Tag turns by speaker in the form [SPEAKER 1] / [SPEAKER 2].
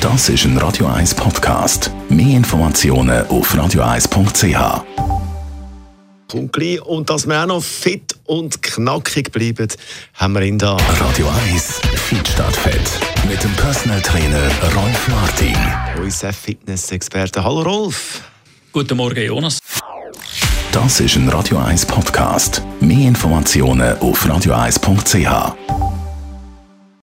[SPEAKER 1] Das ist ein Radio 1 Podcast. Mehr Informationen auf radio1.ch.
[SPEAKER 2] Kommt gleich. Und dass wir auch noch fit und knackig bleiben, haben wir ihn da.
[SPEAKER 1] Radio 1 Fit statt Fett. Mit dem Personal Trainer Rolf Martin.
[SPEAKER 2] Unser Fitness-Experte. Hallo Rolf.
[SPEAKER 3] Guten Morgen, Jonas.
[SPEAKER 1] Das ist ein Radio 1 Podcast. Mehr Informationen auf radio1.ch.